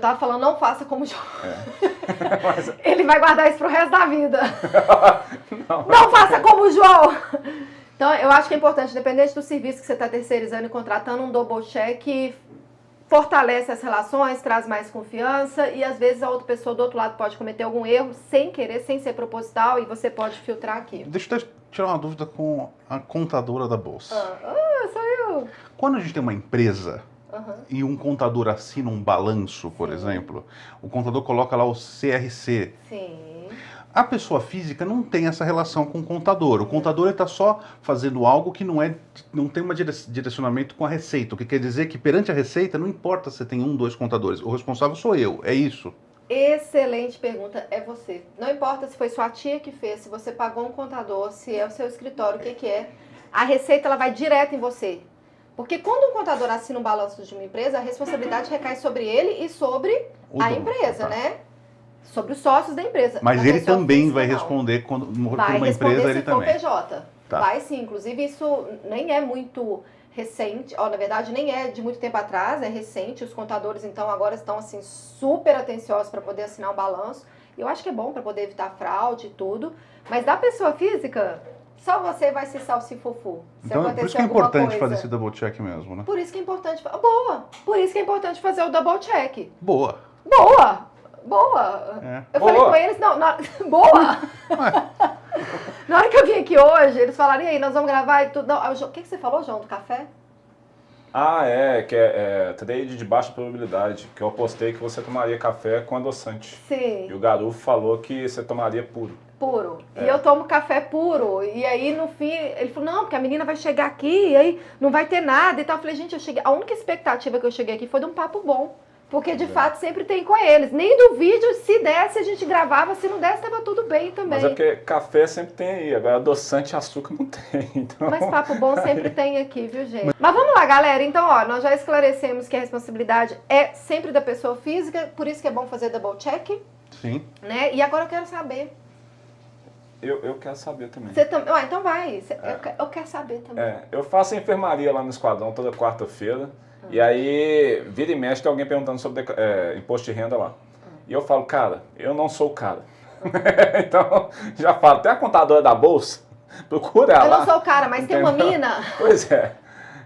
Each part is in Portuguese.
tava falando, não faça como Jó. Ele vai guardar isso pro resto da vida. Não. Não faça como Jó. Então, eu acho que é importante, independente do serviço que você está terceirizando e contratando, um double check fortalece as relações, traz mais confiança e às vezes a outra pessoa do outro lado pode cometer algum erro sem querer, sem ser proposital e você pode filtrar aquilo. Deixa eu te- tirar uma dúvida com a contadora da bolsa. Ah, ah, sou eu. Quando a gente tem uma empresa Aham. e um contador assina um balanço, por Sim. exemplo, o contador coloca lá o CRC. Sim. A pessoa física não tem essa relação com o contador. O contador está só fazendo algo que não é, não tem um direcionamento com a receita. O que quer dizer que perante a receita não importa se tem um, dois contadores. O responsável sou eu. É isso. Excelente pergunta, é você. Não importa se foi sua tia que fez, se você pagou um contador, se é o seu escritório, o que, que é. A receita ela vai direto em você. Porque quando um contador assina um balanço de uma empresa, a responsabilidade recai sobre ele e sobre O a dono, empresa, tá? né? Sobre os sócios da empresa. é Mas A ele pessoa também vai física, não. responder quando por Vai uma responder empresa se ele for também. PJ. Tá. Vai sim, inclusive isso nem é muito recente, ó, na verdade nem é de muito tempo atrás, é recente, os contadores então agora estão assim super atenciosos para poder assinar um balanço. E Eu acho que é bom para poder evitar fraude e tudo, mas da pessoa física, só você vai se salsifufu. Se Então, é por acontecer isso que é alguma importante coisa. fazer esse double check mesmo, né? Por isso que é importante, fa- boa. Por isso que é importante fazer o double check. Boa. Boa. Boa. É. Eu Boa. falei com eles, não, na... boa! na hora que eu vim aqui hoje, eles falaram, e aí, nós vamos gravar e tudo. Não, aí o João- o que, que você falou, João, do café? Ah, é, que é, é trade de baixa probabilidade, que eu apostei que você tomaria café com adoçante. Sim, E o Garufo falou que você tomaria puro. puro. E É. eu tomo café puro. E aí, no fim, ele falou, não, porque a menina vai chegar aqui e aí não vai ter nada e tal. Eu falei, gente, eu cheguei... a única expectativa que eu cheguei aqui foi de um papo bom. Porque, de É. fato, sempre tem com eles. Nem do vídeo, se desse, a gente gravava. Se não desse, tava tudo bem também. Mas é porque café sempre tem aí, agora adoçante e açúcar não tem. Então, Mas papo bom sempre tem aqui, viu, gente? Mas vamos lá, galera. Então, ó, nós já esclarecemos que a responsabilidade é sempre da pessoa física, por isso que é bom fazer double check, Sim. né? E agora eu quero saber. eu, eu quero saber também. Você também. Ah, então vai. Cê- eu, que- eu quero saber também. É, eu faço enfermaria lá no Esquadrão toda quarta-feira. E aí, vira e mexe, tem alguém perguntando sobre deca- é, imposto de renda lá. E eu falo, cara, eu não sou o cara. então, já falo, tem a contadora da bolsa? Procura eu lá. não sou o cara, mas tem uma Entendeu? mina. Pois é.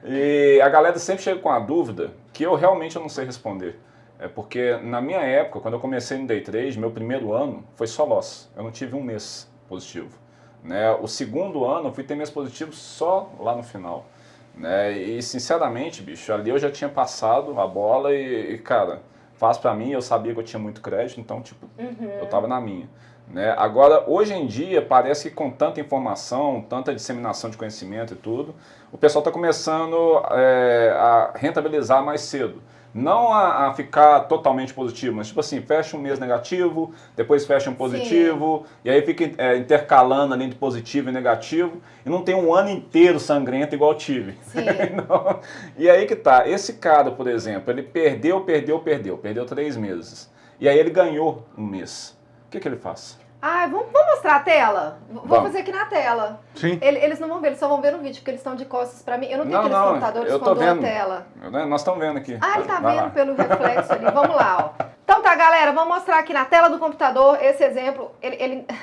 E a galera sempre chega com a dúvida que eu realmente não sei responder. É porque na minha época, quando eu comecei no Day 3, meu primeiro ano foi só loss. Eu não tive um mês positivo. Né? O segundo ano eu fui ter mês positivo só lá no final. Né? E sinceramente, bicho, ali eu já tinha passado a bola e, e, cara, faz pra mim, eu sabia que eu tinha muito crédito, então, tipo, Uhum. eu tava na minha. Né? Agora, hoje em dia, parece que com tanta informação, tanta disseminação de conhecimento e tudo, o pessoal está começando é, a rentabilizar mais cedo. Não a, a ficar totalmente positivo, mas tipo assim, fecha um mês negativo, depois fecha um positivo, e aí fica é, intercalando ali entre positivo e negativo, e não tem um ano inteiro sangrento igual eu tive. Sim. Não. E aí que tá. Esse cara, por exemplo, ele perdeu, perdeu, perdeu. Perdeu três meses. E aí ele ganhou um mês. O que, que ele faz? Ah, vamos, vamos mostrar a tela? V- Vou Vamos. fazer aqui na tela. Sim. Ele- eles não vão ver, eles só vão ver no vídeo, porque eles estão de costas pra mim. Eu não tenho Não, aqueles não, computadores eu com tô dor na vendo. tela. Né? Nós estamos vendo aqui. Ah, ele tá Vai vendo lá. pelo reflexo ali. Vamos lá, ó. Então tá, galera, vamos mostrar aqui na tela do computador esse exemplo. Ele. ele...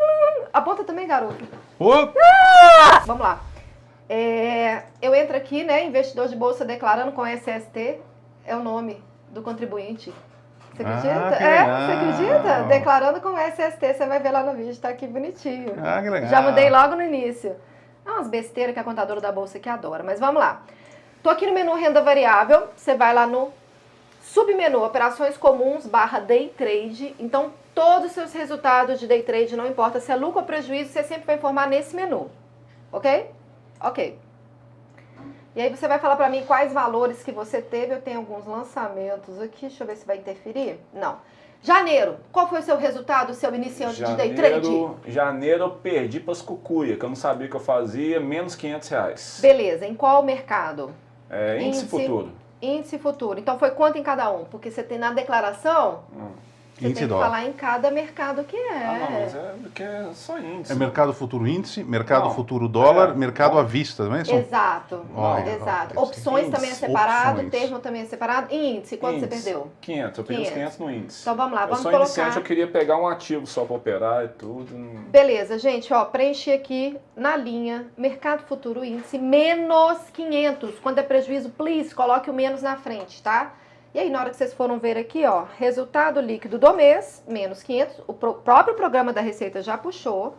Hum, Aponta também, garoto. Opa! Vamos lá. É, eu entro aqui, né? Investidor de bolsa declarando com SST é o nome do contribuinte. Você Ah, acredita? que é, legal. você acredita? Declarando com SST, você vai ver lá no vídeo, tá aqui bonitinho. Ah, que legal. Já mudei logo no início. É umas besteiras que a contadora da bolsa que adora, mas vamos lá. Tô aqui no menu renda variável, você vai lá no submenu operações comuns barra day trade. Então, todos os seus resultados de day trade, não importa se é lucro ou prejuízo, você sempre vai informar nesse menu. Ok? Ok. E aí você vai falar pra mim quais valores que você teve. Eu tenho alguns lançamentos aqui, deixa eu ver se vai interferir. Não. Janeiro, qual foi o seu resultado, seu iniciante de day trade? Janeiro, janeiro eu perdi para as cucuia, que eu não sabia o que eu fazia, menos 500 reais. Beleza, em qual mercado? É, índice, Índice. futuro. Índice futuro. Então foi quanto em cada um? Porque você tem na declaração, Hum. Você Índice tem que dólar. falar em cada mercado que é. Ah, não, mas é porque é só índice. É mercado futuro índice, mercado Não. futuro dólar, É. mercado à vista, não é? São- Exato. Olha, Exato. olha, Opções também é índice, separado, opções. termo também é separado. E índice, quanto Índice. você perdeu? 500, eu peguei os 500. 500 no índice. Então vamos lá, eu vamos sou colocar. iniciante, eu queria pegar um ativo só para operar e tudo. não- Beleza, gente, ó, preenchi aqui na linha Mercado Futuro Índice, menos 500. Quando é prejuízo, please, coloque o menos na frente, tá? E aí, na hora que vocês foram ver aqui, ó, resultado líquido do mês, menos 500. O pro- próprio programa da Receita já puxou.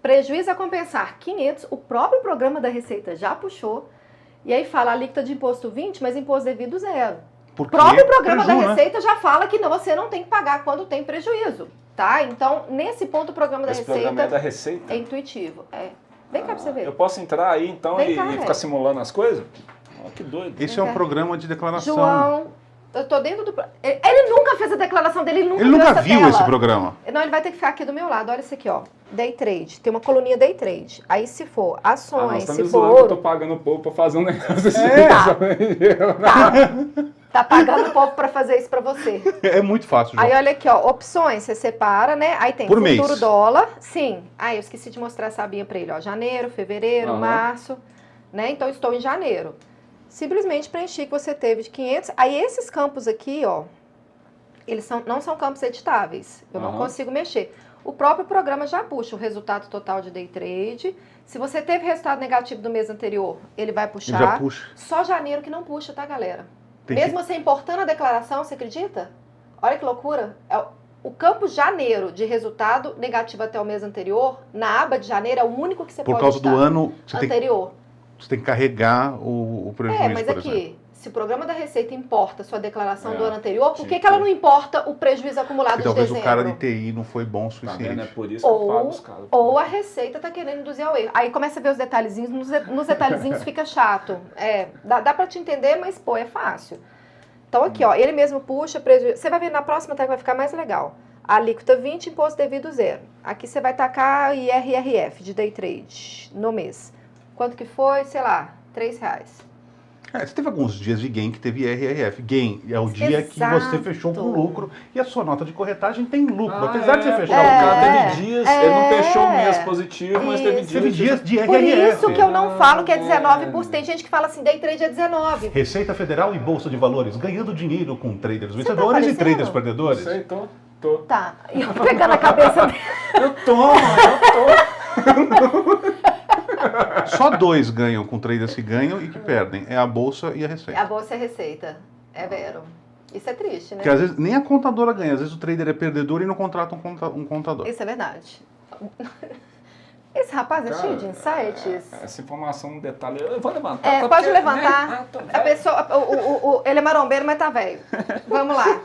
Prejuízo a compensar, 500. O próprio programa da Receita já puxou. E aí fala alíquota de imposto 20, mas imposto devido zero. O Porque próprio programa da prejuízo, né? Receita já fala que não, você não tem que pagar quando tem prejuízo, tá? Então, nesse ponto, o programa da Esse programa Receita é da Receita? é intuitivo. É. Vem cá pra você Ah, Eu ver. posso entrar aí então Vem e, cá, e é. ficar simulando as coisas? Ah, que doido. Esse é um Nunca. programa de declaração. João, eu tô dentro do. pro- Ele ele nunca fez a declaração dele, ele nunca Ele nunca essa viu tela. esse programa. Não, ele vai ter que ficar aqui do meu lado. Olha isso aqui, ó. Day trade. Tem uma coluninha day trade. Aí se for Ah, ações, nós se estamos for zoando, eu tô ouro, pagando pouco pra fazer um negócio desse. É. tá pagando um pouco pra fazer isso pra você. É muito fácil, João. Aí olha aqui, ó, opções, você separa, né? Aí tem Por futuro mês. dólar, sim. Ah, eu esqueci de mostrar essa abinha pra ele, ó, janeiro, fevereiro, Aham. março, né? Então estou em janeiro. Simplesmente preenchi que você teve de 500. Aí esses campos aqui, ó, eles são, não são campos editáveis. Eu não Aham. consigo mexer. O próprio programa já puxa o resultado total de day trade. Se você teve resultado negativo do mês anterior, ele vai Ele já puxar. puxa. Só janeiro que não puxa, tá, galera? Tem que- Mesmo você importando a declaração, você acredita? Olha que loucura. É o- o campo janeiro de resultado negativo até o mês anterior, na aba de janeiro, é o único que você Por pode causa do editar. ano, você tem, que- anterior. você tem que carregar o, o prejuízo, É, mas por aqui, exemplo. se o programa da Receita importa sua declaração É, do ano anterior, por tinha que, que que ela ter. não importa o prejuízo acumulado Porque de talvez dezembro? Então, o cara de TI não foi bom o Tá vendo? É suficiente. por isso que eu Ou- pago os caras. Ou a Receita tá querendo induzir ao erro. Aí começa a ver os detalhezinhos, nos, de- nos detalhezinhos fica chato. É, dá, dá pra te entender, mas pô, é fácil. Então aqui, ó, ele mesmo puxa, prejuízo. Você vai ver na próxima até que vai ficar mais legal. Alíquota 20, imposto devido zero. Aqui você vai tacar IRRF de day trade no mês. Quanto que foi? Sei lá, 3 reais. É, você teve alguns dias de gain que teve RRF. Gain é o dia que Exato. você fechou com lucro e a sua nota de corretagem tem lucro. Ah, Apesar de você é, fechar o o cara cara, teve dias, ele não É. fechou o mês positivo, mas teve Isso. dias. teve, teve dias de RRF. Por isso que eu não falo que é Ah, 19%. Tem gente que fala assim, day trade é 19. Receita Federal e Bolsa de Valores ganhando dinheiro com traders Você tá vencedores e aparecendo? traders Não perdedores. sei, tô, tô. Tá, eu pegando a cabeça dele. Eu tô, eu tô. Só dois ganham com traders que ganham e que perdem. É a Bolsa e a Receita. A bolsa é receita. É vero. Isso é triste, né? Porque às vezes nem a contadora ganha, às vezes o trader é perdedor e não contrata um, conta- um contador. Isso é verdade. Esse rapaz é cheio de é, insights. Essa informação, um detalhe. Eu vou levantar. É, tá? pode Porque, né? levantar. Ah, tô A é. velho. pessoa, o, o- o- ele é marombeiro, mas tá velho. Vamos lá.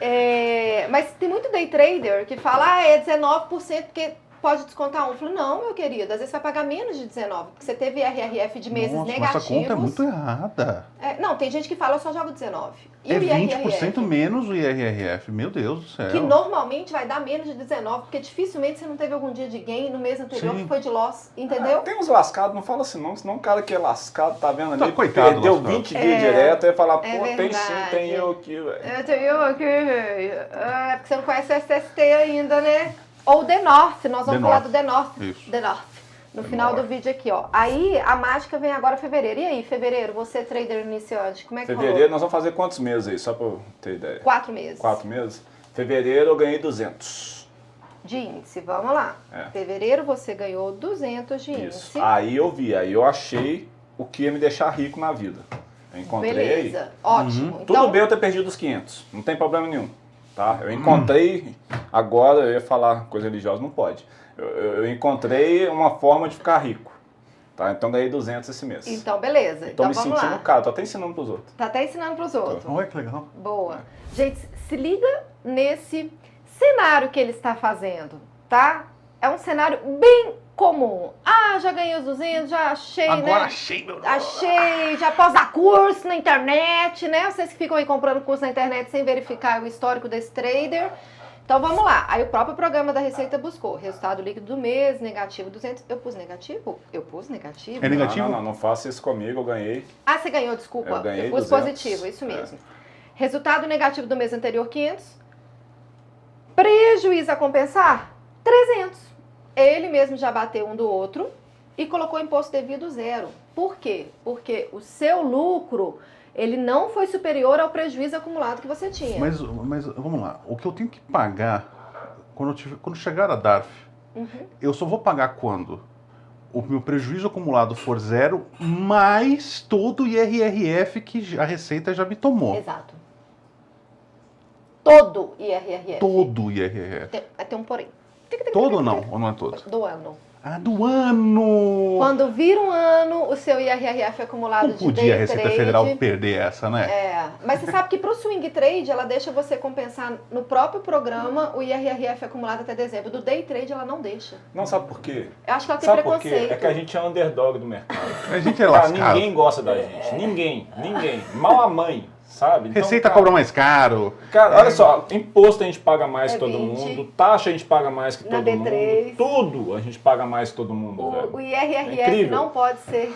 É, mas tem muito day trader que fala, ah, é 19% porque pode descontar um. Eu falo, não, meu querido, às vezes você vai pagar menos de 19, porque você teve RRF de meses Nossa, mas negativos. essa conta é muito errada. É, não, tem gente que fala, eu só jogo 19. E é o 20% IRRF? menos o IRRF. Meu Deus do céu. Que normalmente vai dar menos de 19, porque dificilmente você não teve algum dia de gain no mês anterior Sim. que foi de loss, entendeu? Ah, Tem uns lascados, não fala assim não, senão o cara que é lascado, tá vendo ali, Tá, coitado do perdeu lascado. 20 dias direto, aí fala, pô, é tem sim, verdade. tem eu aqui, velho. Eu te viu um aqui. É porque você não conhece o SST ainda, né? Ou The North, nós vamos The falar North. do The North. Isso. The North. No The final North. do vídeo aqui, ó. Aí a mágica vem agora fevereiro. E aí, fevereiro, você é trader iniciante, como é que Fevereiro, rolou? nós vamos fazer quantos meses aí, só pra eu ter ideia? Quatro meses. Quatro meses? Fevereiro eu ganhei 200. De índice, vamos lá. É. Fevereiro você ganhou 200 de índice. Isso. Ah, Aí eu vi, aí eu achei o que ia me deixar rico na vida. Eu encontrei. Uhum. Beleza, ótimo. Então, Tudo bem eu ter perdido os 500, não tem problema nenhum. Tá? Eu encontrei, agora eu ia falar coisa religiosa, não pode. Eu, eu- eu encontrei uma forma de ficar rico. Tá? Então ganhei 200 esse mês. Então, beleza. Tô Então, me vamos sentindo lá. caro, tô até ensinando pros outros. Tá até ensinando pros outros. Olha que legal. Boa. Gente, se liga nesse cenário que ele está fazendo, tá? É um cenário bem comum. Ah, já ganhei os 200, já achei, Agora né? achei, meu Achei, já posso dar curso na internet, né? Vocês que ficam aí comprando curso na internet sem verificar o histórico desse trader. Então vamos lá. Aí o próprio programa da Receita buscou resultado líquido do mês, negativo 200. Eu pus negativo? Eu pus negativo? É negativo? Não, não, não, não faça isso comigo, eu ganhei. Ah, você ganhou, desculpa. Eu ganhei pus 200. positivo, isso É. mesmo. Resultado negativo do mês anterior, 500. Prejuízo a compensar? 300. Ele mesmo já bateu um do outro e colocou imposto devido zero. Por quê? Porque o seu lucro, ele não foi superior ao prejuízo acumulado que você tinha. Mas, mas vamos lá, o que eu tenho que pagar quando, eu tiver- quando chegar a DARF, Uhum. eu só vou pagar quando o meu prejuízo acumulado for zero, mais todo o IRRF que a Receita já me tomou. Exato. Todo IRRF. Todo o IRRF. Tem, tem um porém. Todo ou não? Ou não é todo? Do ano. Ah, do ano! Quando vira um ano, o seu IRRF é acumulado Não de podia a day Receita trade, Federal perder essa, né? É, mas você sabe que para o swing trade ela deixa você compensar no próprio programa o IRRF é acumulado até dezembro. Do day trade ela não deixha. Não sabe por quê? Eu acho que ela tem Sabe por quê? preconceito. É que a gente é underdog do mercado. A gente é Cara, lascado. ninguém gosta da gente. Ninguém, ninguém. Mal a mãe, sabe? Então, Receita cara, cobra mais caro. Cara, olha só, imposto a gente paga mais É que todo 20. mundo, taxa a gente paga mais que Na todo D3. mundo, tudo a gente paga mais que todo mundo, O, o velho. IRRF é Incrível. não pode ser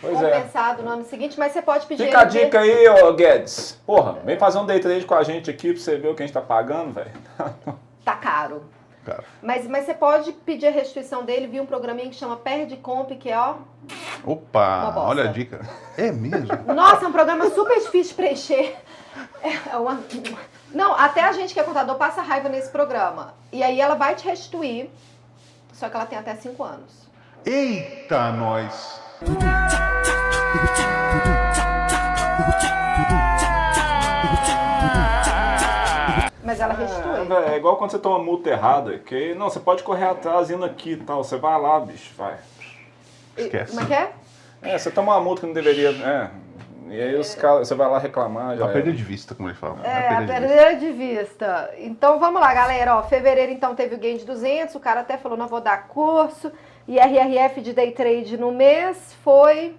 Pois é. compensado no ano seguinte, mas você pode pedir. Fica a ele de- dica aí, ô Guedes. Porra, vem fazer um day trade com a gente aqui pra você ver o que a gente tá pagando, velho. Tá caro. Cara, Mas, mas você pode pedir a restituição dele via um programinha que chama Perde Comp, que é ó. Uma opa, bosta. olha a dica. É mesmo? Nossa, é um programa super difícil de preencher. É uma... Não, até a gente que é contador passa raiva nesse programa. E aí ela vai te restituir, só que ela tem até 5 anos. Eita, nós! Mas ela É, restitui. velho, é igual quando você toma multa errada, que aí, não, você pode correr atrás indo aqui e tal. Você vai lá, bicho, vai. E- Esquece. Como é que é? É, você toma uma multa que não deveria. É. E aí os caras, você vai lá reclamar, já. Vai era. perder Tá de vista, como ele fala. É, Vai a perder de perda de vista. Então vamos lá, galera. Ó, fevereiro então teve o gain de 200, o cara até falou, não vou dar curso. E RRF de day trade no mês foi...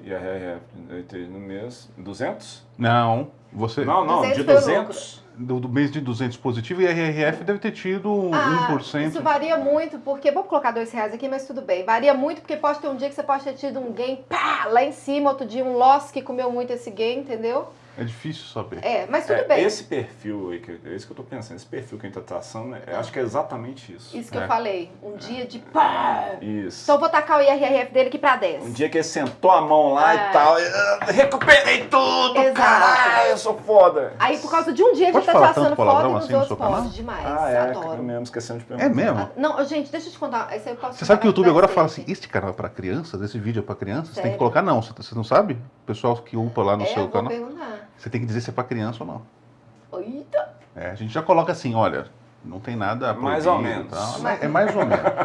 E a RRF no mês. 200? vista. Não, você. Não, não, 200 de foi o 200. Do, do mês de 200 positivo, e IRRF deve ter tido Ah, 1%. Isso varia muito, porque. Vou colocar dois reais aqui, mas tudo bem. Varia muito, porque pode ter um dia que você pode ter tido um gain pá, lá em cima, outro dia um loss que comeu muito esse gain, entendeu? É difícil saber. É, mas tudo É, bem. Esse perfil aí, que, é isso que eu tô pensando, esse perfil que a gente tá traçando, é- acho que é exatamente isso. né. Isso que É. eu falei. Um dia de pá. Isso. Então eu vou tacar o IRRF dele aqui pra Um 10. dia que ele sentou a mão lá É. e tal, e, "Ah, recuperei tudo, Exato. caralho, eu sou foda. Aí por causa de um dia a Pode gente tá falar traçando tanto foto palavrão e nos assim no outros seu canal? pode demais. Ah, é, eu Adoro. mesmo esquecendo de perguntar. É mesmo? Ah, Não, gente, deixa eu te contar. Aí você, pode Você sabe que o YouTube agora fala assim: isso. este canal é pra crianças, esse vídeo é pra crianças? Você tem Sério? que colocar não, você você não sabe? O pessoal que upa lá tá no É, seu eu vou canal, perguntar. você tem que dizer se é pra criança ou não. Eita. É, a gente já coloca assim: olha, não tem nada. Mais ou proibido e menos. tal. É, é mais ou menos. Mais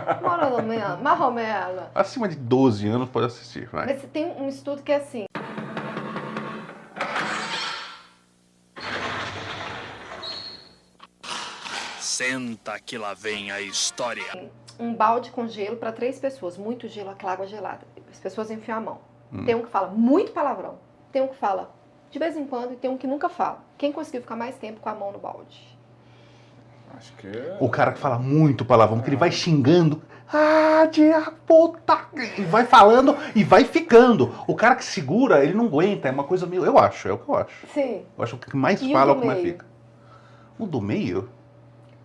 ou menos, mais ou menos. Acima de 12 anos pode assistir, vai. Mas tem um estudo que é assim. Senta que lá vem a história. um balde com gelo para três pessoas, muito gelo, aquela água gelada. As pessoas enfiam a mão. Hum. Tem um que fala muito palavrão, tem um que fala de vez em quando e tem um que nunca fala. Quem conseguiu ficar mais tempo com a mão no balde? Acho que é. O cara que fala muito palavrão, que ele vai xingando. Ah, de a puta! E vai falando e vai ficando. O cara que segura, ele não aguenta. É uma coisa meio. Eu acho, é o que eu acho. Sim. Eu acho que o que mais E o fala é o do que mais meio? fica. O do meio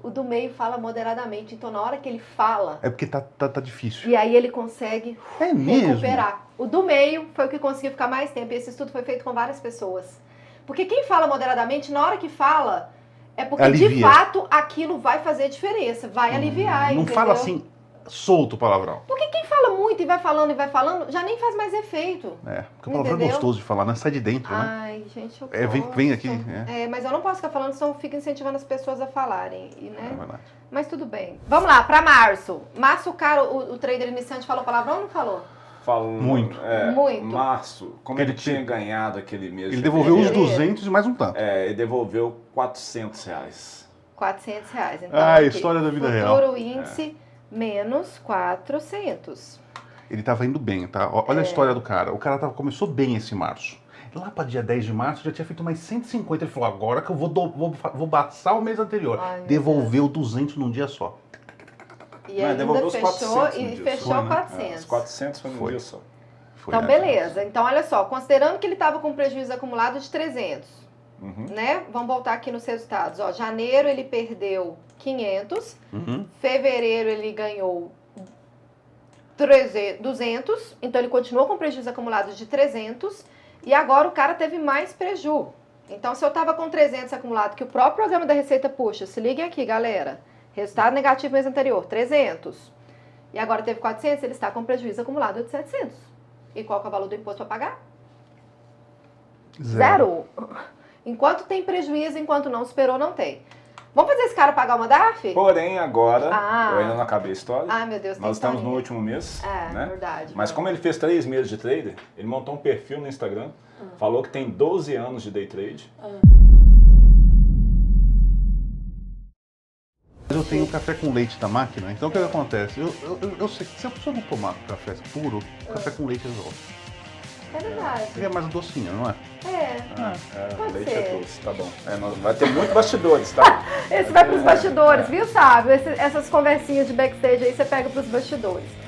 O do meio fala moderadamente, então na hora que ele fala, é porque tá, tá, tá difícil. e aí ele consegue É mesmo. recuperar. O do meio foi o que conseguiu ficar mais tempo. E esse estudo foi feito com várias pessoas. Porque quem fala moderadamente, na hora que fala, é porque de Alivia. fato aquilo vai fazer diferença, vai aliviar. Não entendeu? fala assim, solto o palavrão. Porque quem fala muito e vai falando e vai falando, já nem faz mais efeito. É, porque o palavrão é Entendeu? Ah, gostoso de falar, né? Sai de dentro, né? Ai, gente, eu É, vem, gosto. vem aqui. É. É, mas eu não posso ficar falando, senão eu fico incentivando as pessoas a falarem, e, É né? verdade. Mas tudo bem. Vamos lá, pra março. Março, cara, o, o trader iniciante falou palavrão ou não falou? Falando, Muito. É, Muito. Março, como Ele ele tinha tinha- ganhado aquele mês. Ele de devolveu uns Ele- fevereiro, 200 e mais um tanto. É, ele devolveu 400 reais. 400 reais. Então, Ah, aqui, história da vida futuro real. índice, menos 400. Ele tava indo bem, tá? Ó, É. Olha a história do cara. O cara tava, começou bem esse março. Lá para dia 10 de março já tinha feito mais 150. Ele falou: agora que eu vou, do, vou, fa- vou baçar o mês anterior. Ai, meu Devolveu 200 num dia só. E Não, ainda devolveu os fechou 400 no e dia, fechou foi, né? É, 400. os é, 400 foi no Foi. dia só. Foi, Então, né? um beleza. Então, olha só, considerando que ele estava com prejuízo acumulado de 300, Uhum. né? Vamos voltar aqui nos resultados. Ó, janeiro ele perdeu 500, Uhum. fevereiro ele ganhou 300, 200, então ele continuou com prejuízo acumulado de 300 e agora o cara teve mais prejuízo. Então, se eu tava com 300 acumulado, que o próprio programa da Receita puxa, se liguem aqui, galera. Resultado negativo mês anterior, 300. E agora teve 400, ele está com prejuízo acumulado de 700. E qual que é o valor do imposto a pagar? Zero. Enquanto tem prejuízo, enquanto não superou, não tem. Vamos fazer esse cara pagar uma DARF? Porém, agora, Ah. eu ainda não acabei a história. Ah, meu Deus, tem Nós estamos no historinha. último mês, É, né? verdade. Mas como ele fez três meses de trader, ele montou um perfil no Instagram, Ah. falou que tem 12 anos de day trade. Mas eu tenho café com leite da máquina, então o que, que acontece? Eu, eu, eu- eu sei que se a pessoa não tomar café puro, Ah. café com leite resolve. É verdade. Ele é mais docinho, não é? É. É, Pode leite ser. é doce, tá bom. É, nós- vai ter muito bastidores, tá? Esse vai pros bastidores, viu, Sábio? Esse- essas conversinhas de backstage aí você pega pros bastidores.